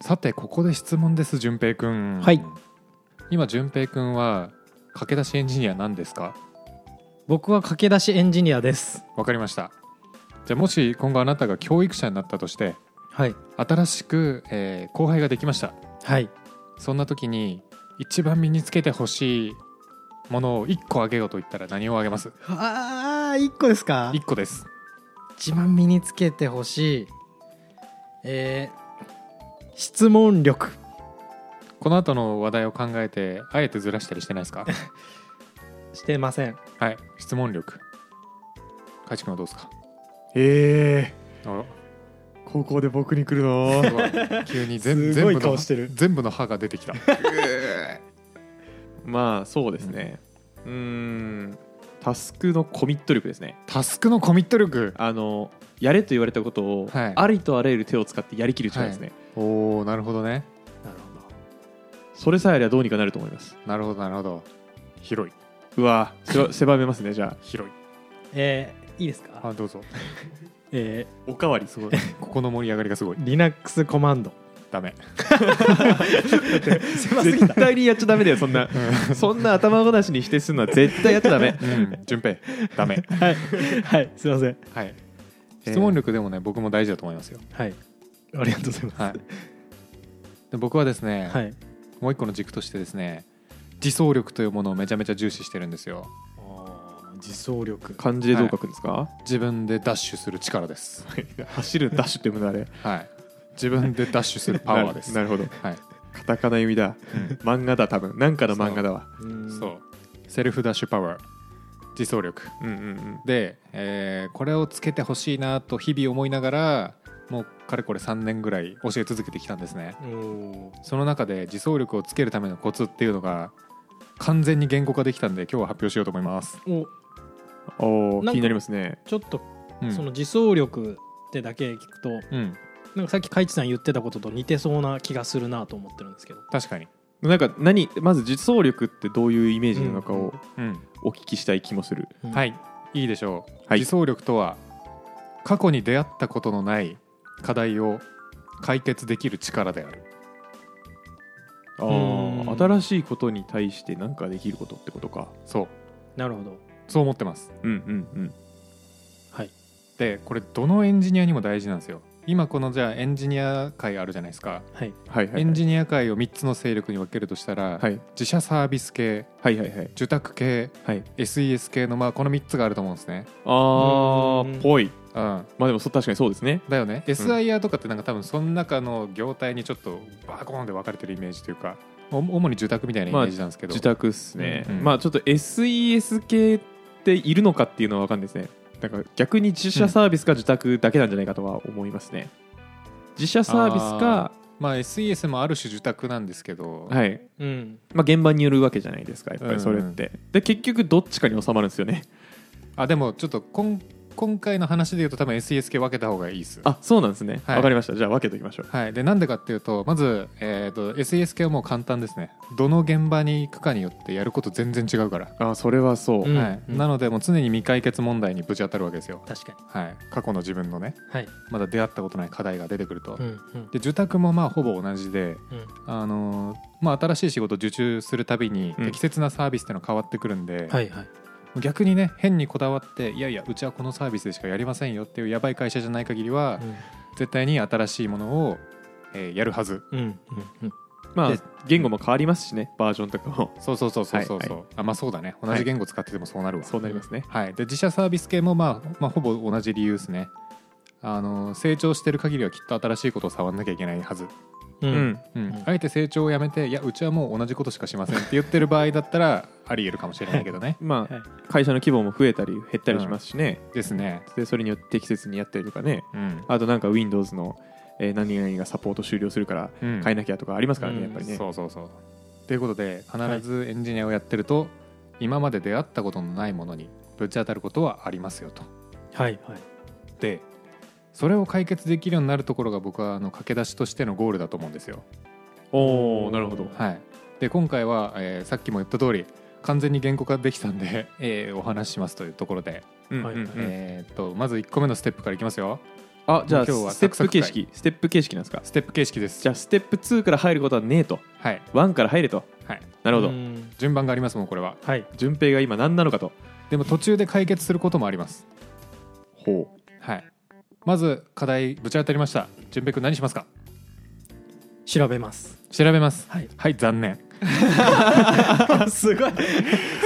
さてここで質問です淳平くんはい今淳平くんは駆け出しエンジニアなんですか僕は駆け出しエンジニアですわかりましたじゃあもし今後あなたが教育者になったとしてはい新しく、えー後輩ができましたはいそんな時に一番身につけてほしいものを1個あげようと言ったら何をあげますああ1個ですか ?1 個です一番身につけてほしいえー質問力この後の話題を考えてあえてずらしたりしてないですかしてませんはい質問力かいちくんはどうですかええあ高校で僕に来るのらすごい急に全 すごい全部の顔してる全部の歯が出てきたまあそうですねうーんタスクのコミット力ですねタスクのコミット力あのやれと言われたことを、はいありとあらゆる手を使ってやりきる力ですね、おおなるほどねなるほそれさえありゃどうにかなると思いますなるほどなるほど広いうわ せ狭めますねじゃ広いどえーいいですかあどうぞえあおかわりすごいここの盛り上がりがすごいー Linux コマンドダメ狭すぎ 絶た対にやっちゃダメだよそんなそんな頭ごなしに否定するのは絶対やっちゃダ メうん順平ダメはい はいすいませんはい質問力でもね僕も大事だと思いますよはいありがとうございますはいで僕はですね、はいもう一個の軸としてですね自走力というものをめちゃめちゃ重視してるんですよ自走力漢字でどう書くんですか、自分でダッシュする力です走るダッシュっていうのあれはい自分でダッシュするパワーですなるなるほはい、どカタカナ読みだ漫画だ多分なんかの漫画だわそうセルフダッシュパワー自走力うんうんうんで、えーこれをつけてほしいなと日々思いながらもうかれこれ3年ぐらい教え続けてきたんですねおーその中で自走力をつけるためのコツっていうのが完全に言語化できたんで今日は発表しようと思います、おおおなんか気になりますねちょっとうん、その自走力ってだけ聞くと、うんなんかさっき海地さん言ってたことと似てそうな気がするなと思ってるんですけど確かに、なんか何まず実装力ってどういうイメージなのかうんうをんうん、お聞きしたい気もする、はいいいいでしょう、はい自走力とは過去に出会ったことのない課題を解決できる力であるあうんー新しいことに対して何かできることってことかそうなるほどそう思ってますうんうんうんはいでこれどのエンジニアにも大事なんですよ今このじゃあエンジニア界あるじゃないですかはいはいはいエンジニア界を3つの勢力に分けるとしたら、はい自社サービス系はいはいはい受託系はい SES 系のまあこの3つがあると思うんですね、あーうんぽいうん、まあでもそ確かにそうですねだよね SIR とかってなんか多分その中の業態にちょっとバコーンで分かれてるイメージというかお主に受託みたいなイメージなんですけど、自宅っすね、うんまあちょっと SES 系っているのかっていうのは分かんないですねだから逆に自社サービスか自宅だけなんじゃないかとは思いますね自社サービスかまあ SES もある種受託なんですけど、はいうんまあ、現場によるわけじゃないですかやっぱりそれっうんて、で結局どっちかに収まるんですよねあでもちょっとこん今回の話で言うと多分 SES 系分けた方がいいですあそうなんですねはわ、いかりましたじゃあ分けておきましょうはい、でなんでかっていうとまず、えー、と SES 系はもう簡単ですねどの現場に行くかによってやること全然違うから、あそれはそう、うんはい、なのでもう常に未解決問題にぶち当たるわけですよ、確かにはい、過去の自分のねはいまだ出会ったことない課題が出てくると、うんうんで受託もまあほぼ同じで、うんあのーまあ、新しい仕事を受注するたびにうん適切なサービスっていうのは変わってくるんで、はいはい逆にね変にこだわっていやいやうちはこのサービスでしかやりませんよっていうやばい会社じゃない限りは、絶対に新しいものを、えーやるはずうんうんうんまあで言語も変わりますしねバージョンとかも そうそうそうそうそうそう、はあまあそうだね同じ言語使っててもそうなるわ、そうなりますね、はい、で自社サービス系も、まあ、まあほぼ同じ理由ですねあの成長してる限りはきっと新しいことを触んなきゃいけないはず、ううんんうんうんあえて成長をやめていやうちはもう同じことしかしませんって言ってる場合だったらありえるかもしれないけど ねまあ、はい会社の規模も増えたり減ったりしますしね、ですね、でそれによって適切にやったりとかねうんあとなんか Windows の、えー何々がサポート終了するからうん変えなきゃとかありますからね、やっぱりねそうそうそうということで必ずエンジニアをやってると、今まで出会ったことのないものにぶち当たることはありますよとはいはいでそれを解決できるようになるところが僕はあの駆け出しとしてのゴールだと思うんですよ。おおなるほどはい、で今回は、えーさっきも言った通り完全に言語化できたんで、えーお話ししますというところで、うんはいうんうんえーっとまず1個目のステップからいきますよ。あじゃあ今日はステップ形サクサク式ステップ形式なんですかステップ形式ですじゃあステップ2から入ることはねえとはい1から入れとはいなるほど、うん順番がありますもんこれははい順平が今何なのかとでも途中で解決することもありますほうはいまず課題ぶち当たりました順平君何しますか調べ ます調べますはいはい残念すごい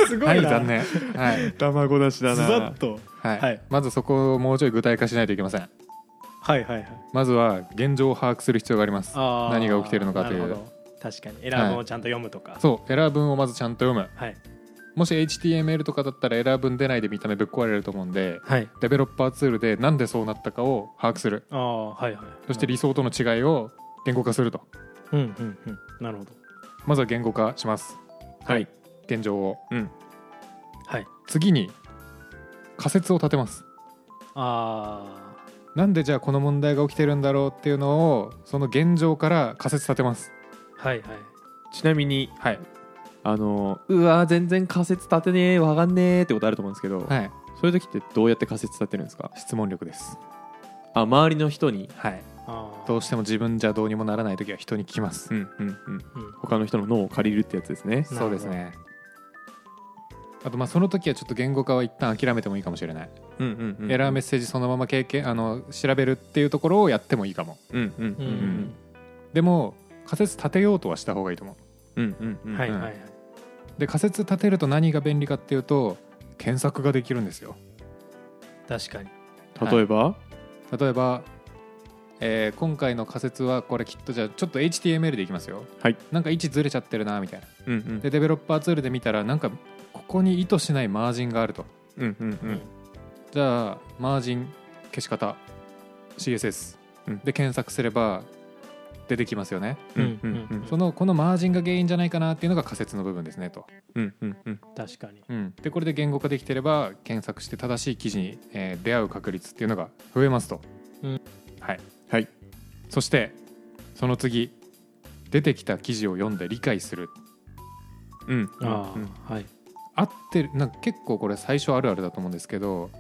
すごはい残念はい、卵出しだズバッとはいはいまずそこをもうちょい具体化しないといけませんはいはいはいまずは現状を把握する必要がありますあー何が起きてるのかといなるうほど確かにエラー文をちゃんと読むとかそうエラー文をまずちゃんと読むはいもし HTML とかだったらエラー文出ないで見た目ぶっ壊れると思うんではいデベロッパーツールでなんでそうなったかを把握するああはいはいそして理想との違いを言語化するとうんうんうんなるほどまずは言語化しますはい現状をうんはい次に仮説を立てますあなんでじゃあこの問題が起きてるんだろうっていうのをその現状から仮説立てますあはいはいちなみにはいあのうわー全然仮説立てねえわかんねえってことあると思うんですけど、はいそういう時ってどうやって仮説立てるんですか質問力ですあ周りの人にはいああどうしても自分じゃどうにもならない時は人に聞きますうんうんうんうん他の人の脳を借りるってやつですねなるそほうどですねあとまあその時はちょっと言語化は一旦諦めてもいいかもしれない、うんうんうんエラーメッセージそのまま経験あの調べるっていうところをやってもいいかもうんうんううんんでも仮説立てようとはした方がいいと思ううんうんうんはいうんはいはいで仮説立てると何が便利かっていうと検索ができるんですよ確かに例えば、例えば、えー今回の仮説はこれきっとじゃあちょっと HTML でいきますよはいなんか位置ずれちゃってるなみたいなうんうんでデベロッパーツールで見たらなんかここに意図しないマージンがあるとうんうんうんじゃあマージン消し方 CSS うんで検索すれば出てきますよね、うんうんうんそのこのマージンが原因じゃないかなっていうのが仮説の部分ですねと、うんうんうん確かにでこれで言語化できてれば検索して正しい記事に、えー出会う確率っていうのが増えますと、うんはいはいそしてその次出てきた記事を読んで理解するうんあうんあはい合ってるなんか結構これ最初あるあるだと思うんですけど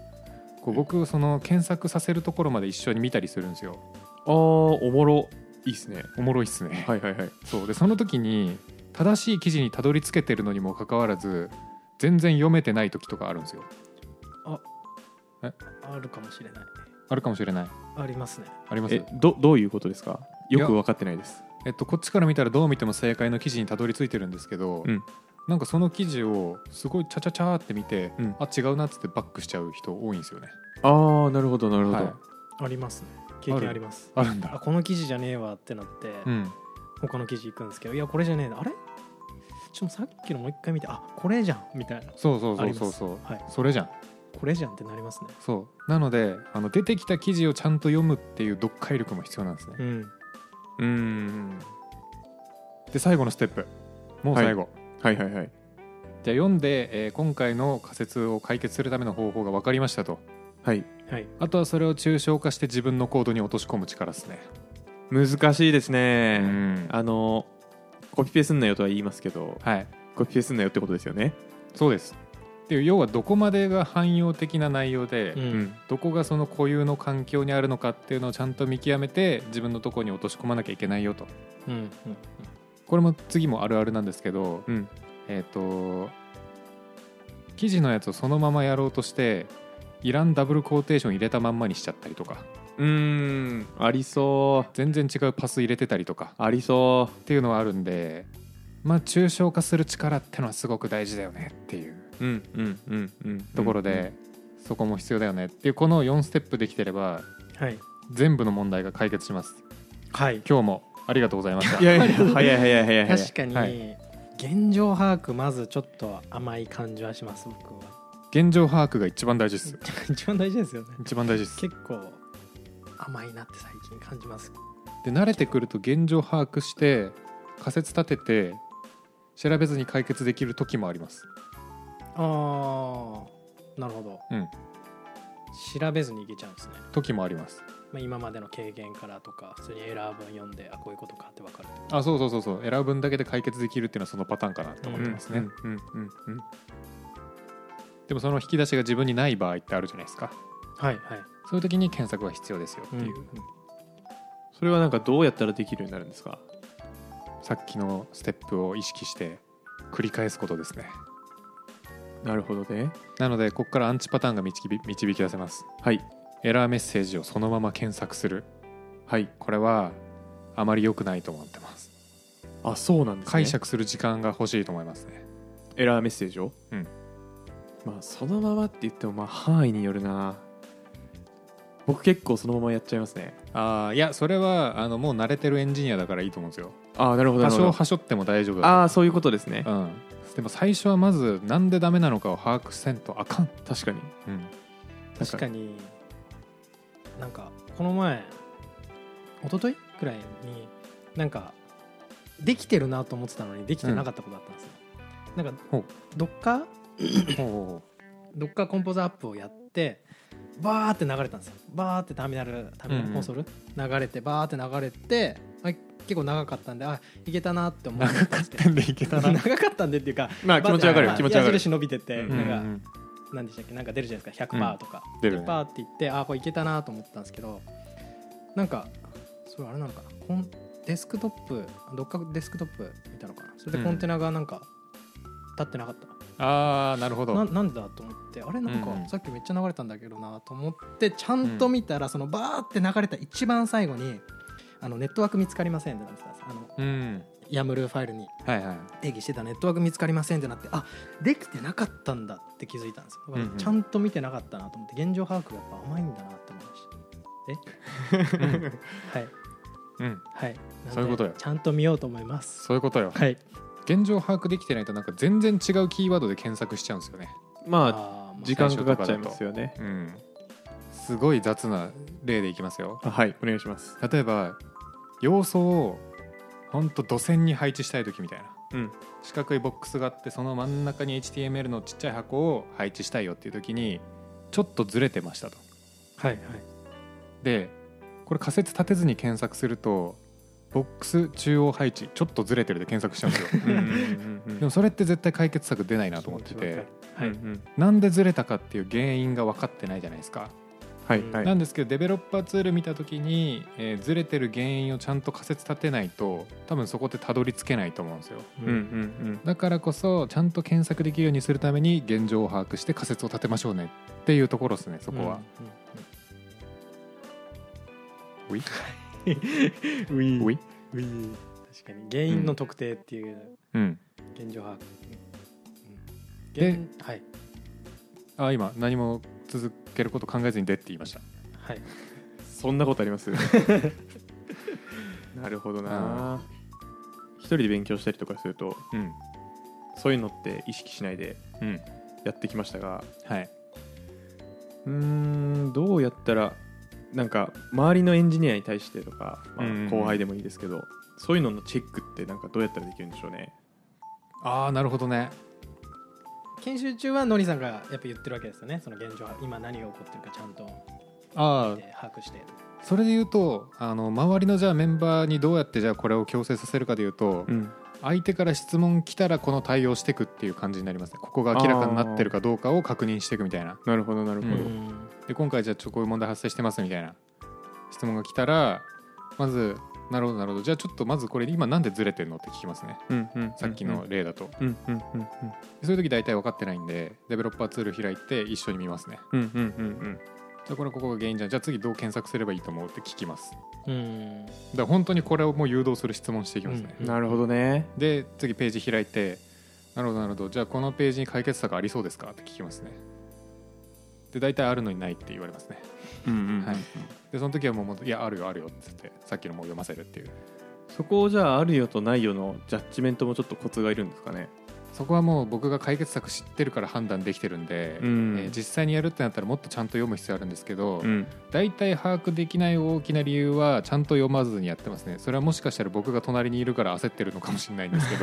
こう僕その検索させるところまで一緒に見たりするんですよあーおもろいいっすねおもろいっすね、はいはいはい そうでその時に正しい記事にたどり着けてるのにもかかわらず全然読めてない時とかあるんですよあるかもしれないあるかもしれないありますねありますえどどういうことですかよく分かってないですえっと、こっちから見たらどう見ても正解の記事にたどり着いてるんですけど、うんなんかその記事をすごいチャチャチャーって見て、うんあ違うなっつってバックしちゃう人多いんですよねああなるほどなるほど、はいありますね経ある験ありますあるんあだこの記事じゃねえわってなってうん他の記事行くんですけどいやこれじゃねえなあれちょっとさっきのもう一回見てあこれじゃんみたいなそうそうあそうりまそうすそう、はいそれじゃんこれじゃんってなりますねそうなのであの出てきた記事をちゃんと読むっていう読解力も必要なんですね、うんうーんで最後のステップもう最後、はいはいはいじゃあ読んで、えー今回の仮説を解決するための方法が分かりましたとはいはいあとはそれを抽象化して自分の行動に落とし込む力ですね難しいですうね、んあのコピペすんなよとは言いますけどはいコピペすんなよってことですよねそうですで要はどこまでが汎用的な内容で、ううんどこがその固有の環境にあるのかっていうのをちゃんと見極めて自分のところに落とし込まなきゃいけないよとうんこれも次もあるあるなんですけど、うんえっ、と記事のやつをそのままやろうとしていらんダブルコーテーション入れたまんまにしちゃったりとかうーんありそ全然違うパス入れてたりとかうありそっていうのはあるんでまあ抽象化する力ってのはすごく大事だよねっていうううんうんうんうんところで、そこも必要だよねっていうこの4ステップできてればはい全部の問題が解決しますはい今日もありがとうございましたいやいや早い早い早い早い確かに、は現状把握まずちょっと甘い感じはします僕は現状把握が一番大事です 一番大事ですよね一番大事です結構甘いなって最近感じますで慣れてくると現状把握して仮説立てて調べずに解決できる時もありますああなるほど、うん調べずにいけちゃうんですね、時もありますまあ、今までの経験からとか普通にエラー文読んであこういうことかって分かるあそうそうそうそう選ぶんだけで解決できるっていうのはそのパターンかなと思ってますね、うんうんうんうんでもその引き出しが自分にない場合ってあるじゃないですかはいはいそういう時に検索は必要ですよっていう、それはなんかどうやったらできるようになるんですかさっきのステップを意識して繰り返すことですねなるほどねなのでここからアンチパターンが導き導き出せますはいエラーメッセージをそのまま検索するはいこれはあまり良くないと思ってますあそうなんですね解釈する時間が欲しいと思いますねエラーメッセージをうんまあそのままって言ってもまあ範囲によるな僕結構そのままやっちゃいますねああいやそれはあのもう慣れてるエンジニアだからいいと思うんですよああなるほど多なるほど少はしょっても大丈夫だああそういうことですねうんでも最初はまずなんでダメなのかを把握せんとあかん、確かにうん、確かになんかこの前一昨日くらいになんかできてるなと思ってたのにできてなかったことあったんですよ、なんかほうどっかほうほどっかコンポーズアップをやってバーって流れたんですよバーってターミナルターミうんナうルんコンソール、流れてバーって流れてあ結構長かったんであいけたなって思って長かったん でいけたな 長かったんでっていうかまあ気持ちわかるよバーって気持ちわか矢る印伸びてって、うんう、うんなんうかん、何でしたっけなんか出るじゃないですか100%とか、出るねパーって言ってあこれいけたなと思ったんですけどなんかそれあれなのかなコンデスクトップどっかデスクトップ見たのかなそれでコンテナがなんか立ってなかった、ああなるほどななんだと思ってあれなんうんうんかさっきめっちゃ流れたんだけどなと思ってちゃんと見たらそのバーって流れた一番最後にあのネットワーク見つかりませんってなってたんですあのうんヤムルファイルにはいはい定義してたネットワーク見つかりませんってなってあできてなかったんだって気づいたんですよだからうんうんちゃんと見てなかったなと思って現状把握がやっぱ甘いんだなって思いましたはいうんはいなんでそういうことよちゃんと見ようと思いますそういうことよはい現状把握できてないとなんか全然違うキーワードで検索しちゃうんですよねまああーま時間かかっちゃいますよねうんすごい雑な例でいきますよあはいお願いします例えば要素をほんと土線に配置したい時みたいなうん四角いボックスがあってその真ん中に HTML のちっちゃい箱を配置したいよっていう時にちょっとずれてましたとはいはいでこれ仮説立てずに検索するとボックス中央配置ちょっとずれてるで検索しちゃうんですようんうんうんうんでもそれって絶対解決策出ないなと思って気持ちてわかはるいはい、なんでずれたかっていう原因が分かってないじゃないですかはいうんはいなんですけどデベロッパーツール見た時に、えーずれてる原因をちゃんと仮説立てないと多分そこってたどり着けないと思うんですようんうんうんだからこそちゃんと検索できるようにするために現状を把握して仮説を立てましょうねっていうところですねそこは、ういうん うんうんういウィー確かに原因の特定っていううん現状把握、でうん現はいあ今何も続けること考えずにでって言いましたはいそんなことあり ますなるほどな一人で勉強したりとかするとうんそういうのって意識しないでうんやってきましたがはい、うーんどうやったらなんか周りのエンジニアに対してとか、まうんうんうあ、ん後輩でもいいですけど、そういうののチェックってなんかどうやったらできるんでしょうねああなるほどね研修中はのりさんがやっぱ言ってるわけですよねその現状は今何が起こってるかちゃんとああえー把握してそれで言うとあの周りのじゃあメンバーにどうやってじゃあこれを強制させるかでいうと、ん相手から質問来たらこの対応していくっていう感じになりますねここが明らかになってるかどうかを確認していくみたいななるほどなるほど、うんで今回じゃあちょこういう問題発生してますみたいな質問が来たらまずなるほどなるほどじゃあちょっとまずこれ今なんでずれてるのって聞きますねうんうんさっきの例だと、うんうんうんそういう時大体分かってないんでデベロッパーツール開いて一緒に見ますねうんうんうんうんじゃあこれここが原因じゃんじゃあ次どう検索すればいいと思うって聞きますだかうんら本当にこれをもう誘導する質問していきますね、うんなるほどねで次ページ開いてなるほどなるほどじゃあこのページに解決策ありそうですかって聞きますねで大体あるのにないって言われますねうんうんはいでその時はもうもういやあるよあるよって言ってさっきのも読ませるっていうそこをじゃああるよとないよのジャッジメントもちょっとコツがいるんですかねそこはもう僕が解決策知ってるから判断できてるんで、うんえー実際にやるってなったらもっとちゃんと読む必要あるんですけど、ん大体把握できない大きな理由はちゃんと読まずにやってますねそれはもしかしたら僕が隣にいるから焦ってるのかもしれないんですけ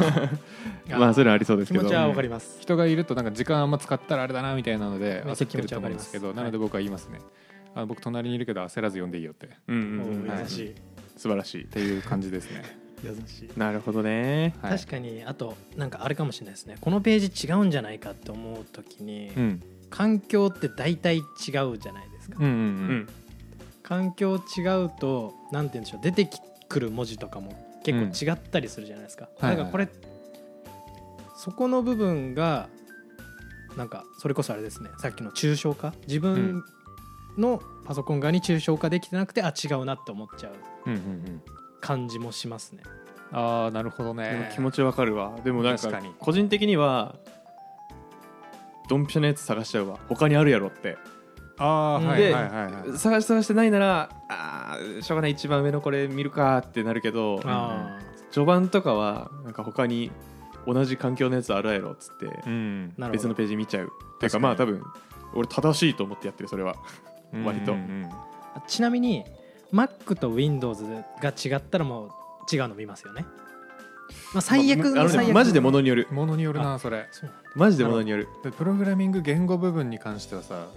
どまあそれはありそうです気けど持ちはわかります、人がいるとなんか時間あんま使ったらあれだなみたいなのでめっちゃ焦ってると思うんですけど気持ちわかりますなので僕は言いますね、あの僕隣にいるけど焦らず読んでいいよってっうんうんおうんーはい優しい、素晴らしいていう感じです ね、優しいなるほどねはい、確かにあとなんかあれかもしれないですねこのページ違うんじゃないかって思う時にうん環境って大体違うじゃないですか、うんうんううんん環境違うとなんて言うんでしょう出てくる文字とかも結構違ったりするじゃないですか、はいはいなんかこれそこの部分がなんかそれこそあれですねさっきの抽象化自分のパソコン側に抽象化できてなくて、あ違うなって思っちゃううんうんうん感じもしますねああなるほどでもね気持ちわかるわでもなんか確かに個人的にはドンピシャのやつ探しちゃうわ他にあるやろってああーはいではいはいはい探し探してないならあーしょうがない一番上のこれ見るかってなるけどあ序盤とかはなんか他に同じ環境のやつあるやろっつってうんなるほど別のページ見ちゃうてい確かうかにまあ多分俺正しいと思ってやってるそれは割とうんうんあちなみに Mac と Windows が違ったらもう違うの見ますよね、まあ、最悪まあのの最ね悪マジでものによるうんものによるなそれそうなんだマジでものによるでプログラミング言語部分に関してはさ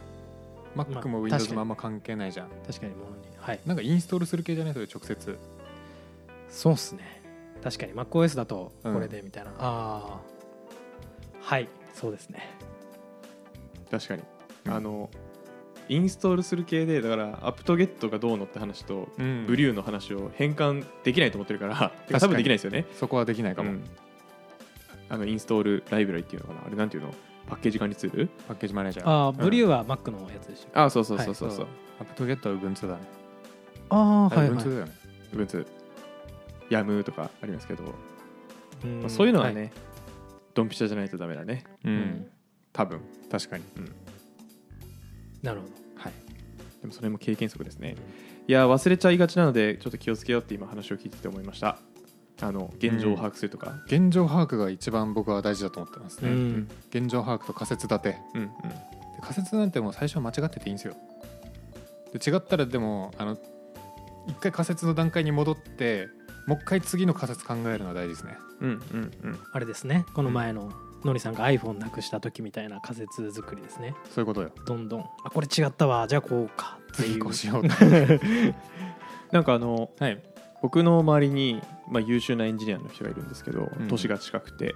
Mac もまあ Windows 確かにもあんま関係ないじゃん確かにものにはいなんかインストールする系じゃないそれ直接そうっすね確かに MacOS だとうんこれでみたいな、ああはいそうですね確かにうんあのインストールする系でだからアップトゲットがどうのって話とうんブリューの話を変換できないと思ってるからてか確か多に分できないですよねそこはできないかも、うんあのインストールライブラリっていうのかなあれなんていうのパッケージ管理ツールパッケージマネージャーああブリューーは Mac のやつでしょ、あそうそうそうそうそうアップトゲットは Ubuntu だねああ Ubuntu だよね Ubuntu ヤムとかありますけど、まんあ、そういうのはね、ドンピシャじゃないとダメだねう、うんん多分確かになるほどはいでもそれも経験則ですねいや忘れちゃいがちなのでちょっと気をつけようって今話を聞いてて思いましたあの現状を把握するとか、現状把握が一番僕は大事だと思ってますね、うん現状把握と仮説立てうんうんで仮説なんてもう最初は間違ってていいんですよで違ったらでもあの一回仮説の段階に戻ってもう一回次の仮説考えるのは大事ですねうんうんうんあれですねこの前ののりさんが iPhone なくした時みたいな仮説作りですねそういうことよどんどんあこれ違ったわじゃあこうかってい次うこうしようとなんかあのはい僕の周りに、まあ、優秀なエンジニアの人がいるんですけどうん年が近くて、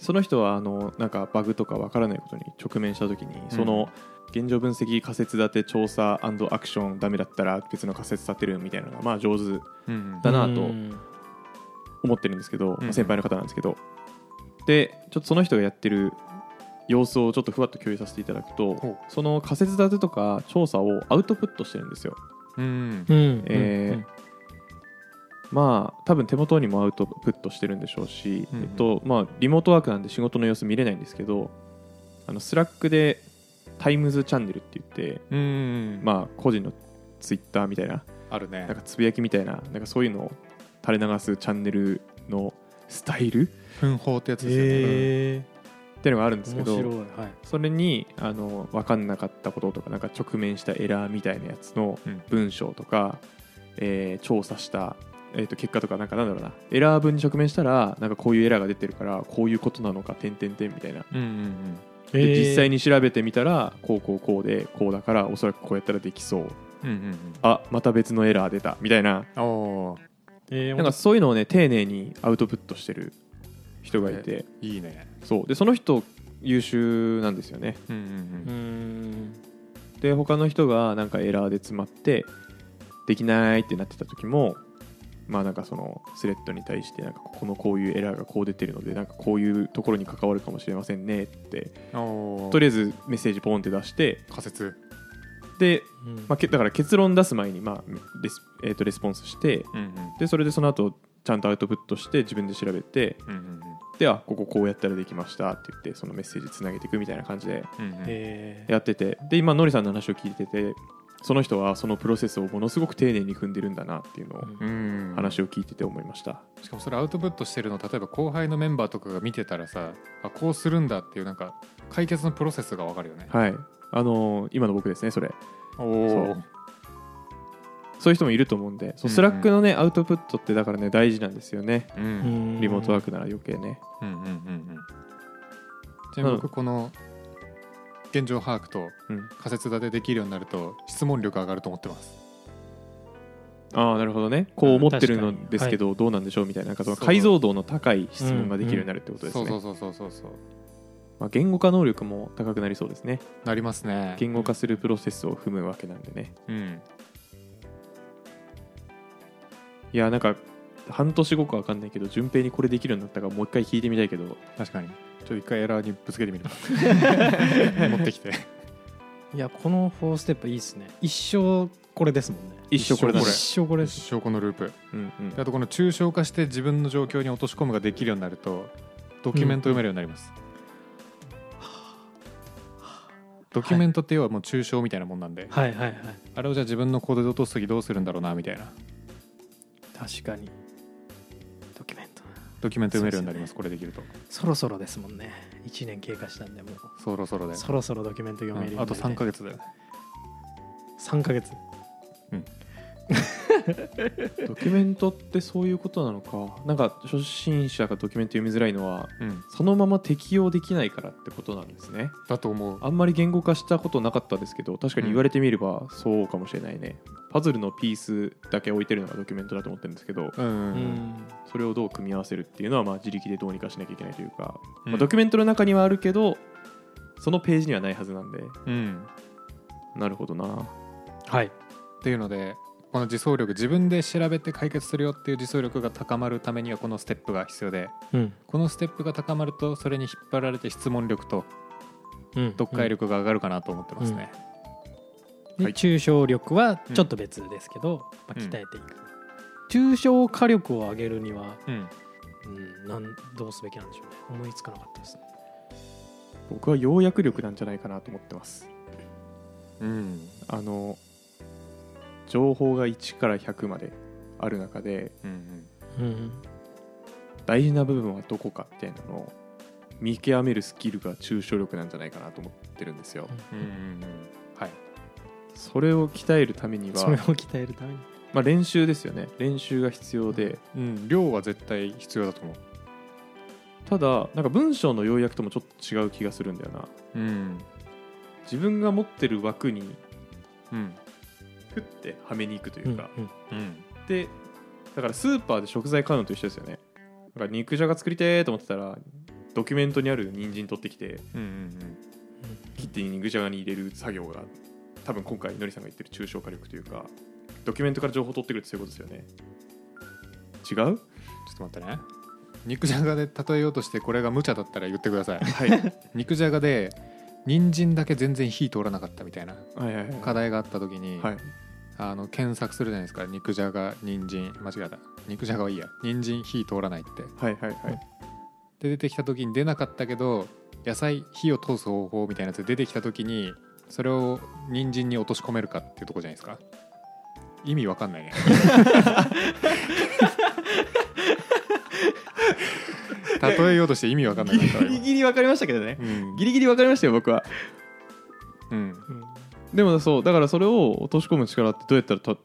その人はあのなんかバグとかわからないことに直面した時にその現状分析仮説立て調査アクションダメだったら別の仮説立てるみたいなのがまあ上手うんだなとうん思ってるんですけど、うん先輩の方なんですけどでちょっとその人がやってる様子をちょっとふわっと共有させていただくほうとその仮説立てとか調査をアウトプットしてるんですよ。うんうんえーまあ多分手元にもアウトプットしてるんでしょうし、うんうんえっとまあ、リモートワークなんで仕事の様子見れないんですけどあのスラックでタイムズチャンネルって言って、うんままあ、個人のツイッターみたいなああるねなんかつぶやきみたいななんかそういうのを垂れ流すチャンネルのスタイル奮法ってやつですよね、えっていうのがあるんでーすけ面ど白いはいそれにあの分かんなかったこととかなんか直面したエラーみたいなやつのうん文章とか、えー調査した、えー、と結果とかなんかなんだろうなエラー文に直面したらなんかこういうエラーが出てるからこういうことなのか点点点みたいなうんうんで実際にに調べてみたらこうこうこうでこうだからおそらくこうやったらできそううんうんあまた別のエラー出たみたいなうんおーえーなんかそういうのをね丁寧にアウトプットしてる人がいていいねそうでその人優秀なんですよねうんうんうーんで他の人がなんかエラーで詰まってできないってなってた時もまあなんかそのスレッドに対してなんかここのこういうエラーがこう出てるのでなんかこういうところに関わるかもしれませんねってうんおととりありあえずメッセージポンって出してえず仮説で、うんまあ、けだから結論出す前に、まあレスえーとレスポンスしてうんでそれでその後ちゃんとアウトプットして自分で調べてうんうんであこここうやったらできましたって言ってそのメッセージつなげていくみたいな感じでうんうんえーやっててで今ノリさんの話を聞いててその人はそのプロセスをものすごく丁寧に踏んでるんだなっていうのをうん話を聞いてて思いました、しかもそれアウトプットしてるの例えば後輩のメンバーとかが見てたらさあこうするんだっていうなんか解決のプロセスがわかるよねはいあのー今の僕ですねそれおそおそういう人もいると思うんでそううんスラックのね、アウトプットってだからね大事なんですよねうんうんうんリリモートワーククなら余計ねうんうんうんちなみに僕この現状把握とうん仮説立てできるようになると質問力上がると思ってますああなるほどねこう思ってるうん確かのにですけど、どうなんでしょうみたいななんかそのそう解像度の高い質問ができるようになるってことですね、そうそうそうそうそうそうまあ、言語化能力も高くなりそうですねなりますね言語化するプロセスを踏むわけなんでねうんいやなんか半年後かわかんないけど順平にこれできるようになったからもう一回聞いてみたいけど確かにちょっと一回エラーにぶつけてみる 持ってきていやこの4ステップいいですね一生これですもんね一生これだね一生これです証拠のループうんうんであとこの抽象化して自分の状況に落とし込むができるようになるとドキュメント読めるようになります、ドキュメントって要はもう抽象みたいなもんなんで、はいはいはいあれをじゃあ自分のコードで落とす時どうするんだろうなみたいな確かにドキュメントなドキュメント読めるようになりますこれできるとそろそろですもんね1年経過したんでもうそろそろで、そろそろドキュメント読めるうんようあになと3りか月だよね3ヶ月ドキュメントってそういうことなのかなんか初心者がドキュメント読みづらいのはうんそのまま適用できないからってことなんですねだと思うあんまり言語化したことなかったですけど確かに言われてみればそうかもしれないね、パズルのピースだけ置いてるのがドキュメントだと思ってるんですけどうんうんううんんそれをどう組み合わせるっていうのはまあ自力でどうにかしなきゃいけないというか、うんまあドキュメントの中にはあるけどそのページにはないはずなんでうんなるほどなはいっていうのでこの自走力自分で調べて解決するよっていう自走力が高まるためにはこのステップが必要でうんこのステップが高まるとそれに引っ張られて質問力とうん読解力が上がるかなと思ってますね、ではい抽象力はちょっと別ですけど、まうあ、ん鍛えていく、抽象化力を上げるには、うんうん、なんどうすべきなんでしょうね思いつかなかったですね僕は要約力なんじゃないかなと思ってますうんあの情報が1から100まである中でうんうん大事な部分はどこかみたいなのを見極めるスキルが抽象力なんじゃないかなと思ってるんですようんうんうんはいそれを鍛えるためにそれをは、鍛えるためにまあ、練習ですよね練習が必要でうん量は絶対必要だと思うただなんか文章の要約ともちょっと違う気がするんだよなうん自分が持ってる枠にうんふってはめに行くというか、うんうんでだからスーパーで食材買うのと一緒ですよねだから肉じゃが作りてーと思ってたらドキュメントにある人参取ってきてうんうん切って肉じゃがに入れる作業が多分今回のりさんが言ってる抽象化力というかドキュメントから情報取ってくるってそういうことですよね違うちょっと待ってね肉じゃがで例えようとしてこれが無茶だったら言ってくださいはいはい肉じゃがで人参だけ全然火通らなかったみたいなはいはい課題があった時に、はいあの検索するじゃないですか肉じゃが人参間違えた肉じゃがはいいや人参火通らないってはいはいはいで出てきた時に出なかったけど野菜火を通す方法みたいなやつ出てきた時にそれを人参に落とし込めるかっていうとこじゃないですか意味わかんない ね例えようとして意味わかんないなったわ今 ギリ分かりましたけどねうんギリギリ分かりましたよ僕はうんうんでもそうだからそれを落とし込む力ってどうやったらた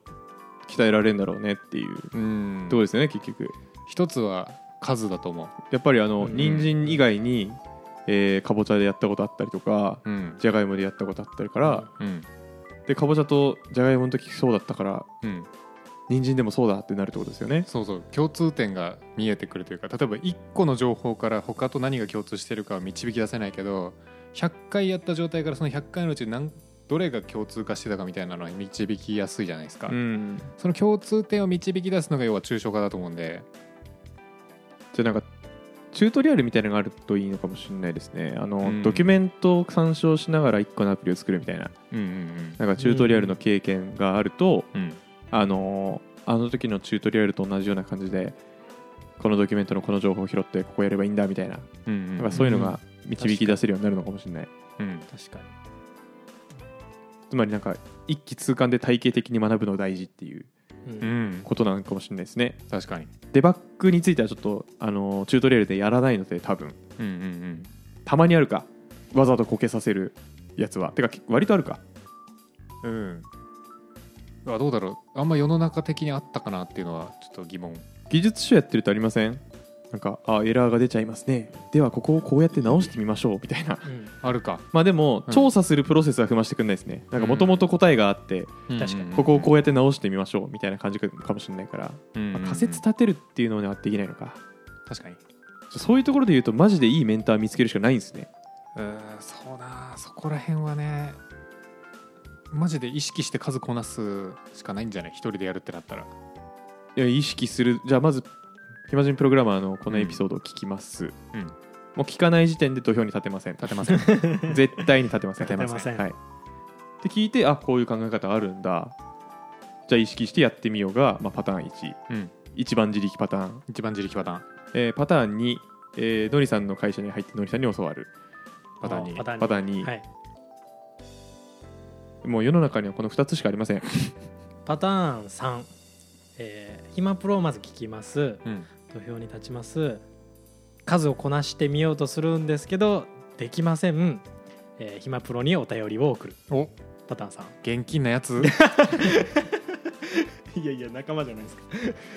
鍛えられるんだろうねっていううとんころですよね結局一つは数だと思やっぱりあの、うん人参以外に、えーかぼちゃでやったことあったりとかううんじゃがいもでやったことあったりから、うんでかぼちゃとじゃがいもの時そうだったからうん人参でもそうだってなるってことですよねそうそう共通点が見えてくるというか例えば1個の情報から他と何が共通してるかは導き出せないけど100回やった状態からその100回のうち何どれが共通化してたかみたいなのは導きやすいじゃないですか、うんその共通点を導き出すのが要は抽象化だと思うんでじゃあなんかチュートリアルみたいなのがあるといいのかもしれないですねあの、うんドキュメントを参照しながら1個のアプリを作るみたいなうんうんなんかチュートリアルの経験があると、うんうんあのーあの時のチュートリアルと同じような感じでこのドキュメントのこの情報を拾ってここやればいいんだみたいなうんなうんかそういうのが導き出せるようになるのかもしれない、うん確かにつまりなんか一気通貫で体系的に学ぶのが大事っていううんうんことなのかもしれないですね確かにデバッグについてはちょっと、あのーチュートリアルでやらないので多分うんうんうんたまにあるかわざとこけさせるやつはてか割とあるかうんあどうだろうあんま世の中的にあったかなっていうのはちょっと疑問技術書やってるとありませんなんかあエラーが出ちゃいますねではここをこうやって直してみましょうみたいなうんあるかまあでもうん調査するプロセスは踏ましてくんないですね、なんかもともと答えがあって、確かにここをこうやって直してみましょうみたいな感じかもしれないから、うんうんうんまあ仮説立てるっていうのはできないのか確かにそういうところで言うとマジでいいメンター見つけるしかないんですねうーんそうなそこら辺はねマジで意識して数こなすしかないんじゃない一人でやるってなったらいや意識するじゃあまず暇人プログラマーのこのエピソードを聞きます、うんもう聞かない時点で土俵に立てません立てません絶対に立てません立てませんはい、って聞いてあこういう考え方あるんだじゃあ意識してやってみようが、まあ、パターン1うん一番自力パターン、一番自力パターンえーパターン2、えーのりさんの会社に入ってのりさんに教わるパターンにパターンにパターン2、はい、もう世の中にはこの2つしかありませんパターン3えー暇プロをまず聞きますうん土俵に立ちます数をこなしてみようとするんですけどできません、えー、暇プロにお便りを送るおパターンさ現金なや つんいやいや仲間じゃないですか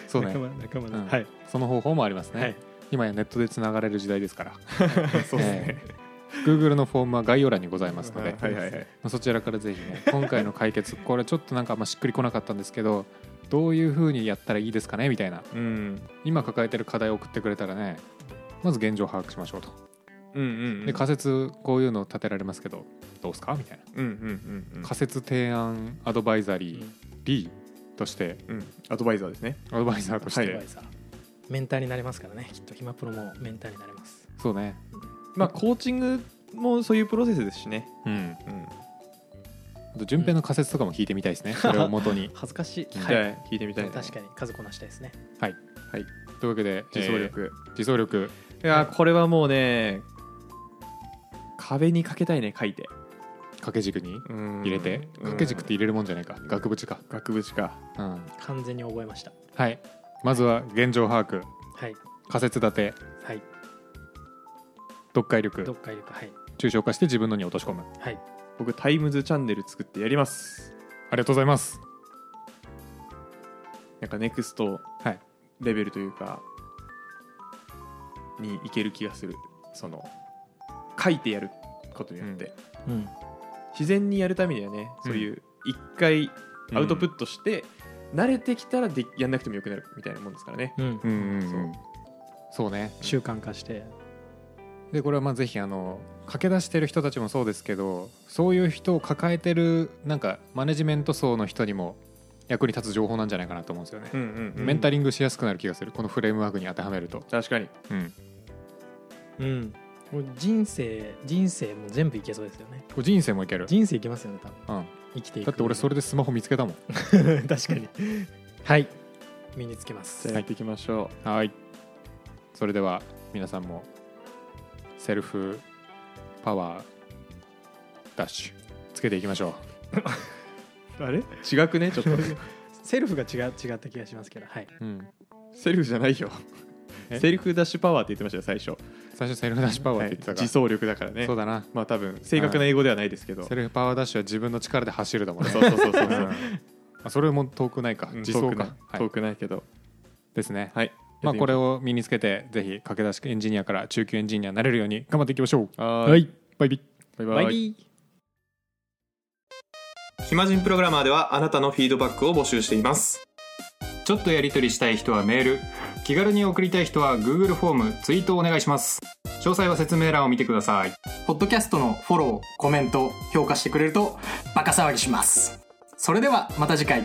そうね、仲間うんその方法もありますね、はい今やネットでつながれる時代ですからそうですね、えー Google のフォームは概要欄にございますので、はいはいはいまあそちらからぜひね今回の解決これちょっとなんかあんましっくりこなかったんですけどどういうふうにやったらいいですかねみたいなうん今抱えてる課題を送ってくれたらねまず現状を把握しましょうと、うんうんで仮説こういうの立てられますけどどうすかみたいな、うんうんうんうん仮説提案アドバイザリー B としてうんアドバイザーですねアドバイザーとして、はアいドバイザーメンターになりますからねきっと暇プロもメンターになれますそうねまあコーチングもそういうプロセスですしね、うんうん、あと順平の仮説とかも聞いてみたい ですね、それを元に恥ずかしい聞きたい、聞いてみたい、ね、確かに数こなしたいですねというわけで自走、力、えー自走力いやーこれはもうね壁にかけたいね書いて掛け軸に入入れて掛け軸って入れるもんじゃないか額縁か、額縁かうん、完全に覚えましたはいまずは現状把握はい仮説立てはい読解どっ力かいるかはい抽象化して自分のに落とし込むあはい僕タイムズチャンネル作ってやりますりがとうございますなんかネクストはいレベルというかにいける気がするその書いてやることによって、うん自然にやるためにはねそういう一回アウトプットして、慣れてきたらでやんなくてもよくなるみたいなもんですからねうんうんうんうんそうね習慣化してでこれはまあぜひあの駆け出してる人たちもそうですけどそういう人を抱えてるなんかマネジメント層の人にも役に立つ情報なんじゃないかなと思うんですよね、うんうん、うん、メンタリングしやすくなる気がするこのフレームワークに当てはめると、確かにうん、うんもう人生人生も全部いけそうですよねこれ人生もいける、人生いけますよね多分うん、生きていくだって俺それでスマホ見つけたもん 確かにはい身につけまじすゃあやっていきましょはいそれでは皆さんもセルフパワーダッシュつけていきましょうう、あれ違くねちょっとセルフが違う違った気がしますけどはいうん、 セルフじゃないよえセルフダッシュパワーって言ってましたよ最初最初セルフダッシュパワーって言ってたはいから、自走力だからねそうだなまあ多分正確な英語ではないですけどセルフパワーダッシュは自分の力で走るだもんねそうそうそう そううんあそれも遠くないかうん自遠走くないか、はい遠くないけどですね、はいまあ、これをを身につけてぜひ駆け出しエンジニアから中級エンジニアになれるように頑張っていきましょうはいバイビバイババイイビー暇人プログラマーではあなたのフィードバックを募集していますちょっとやり取りしたい人はメール気軽に送りたい人は Google フォームツイートをお願いします詳細は説明欄を見てくださいポッドキャストのフォロー、コメント、評価してくれるとバカ騒ぎします。それではまた次回。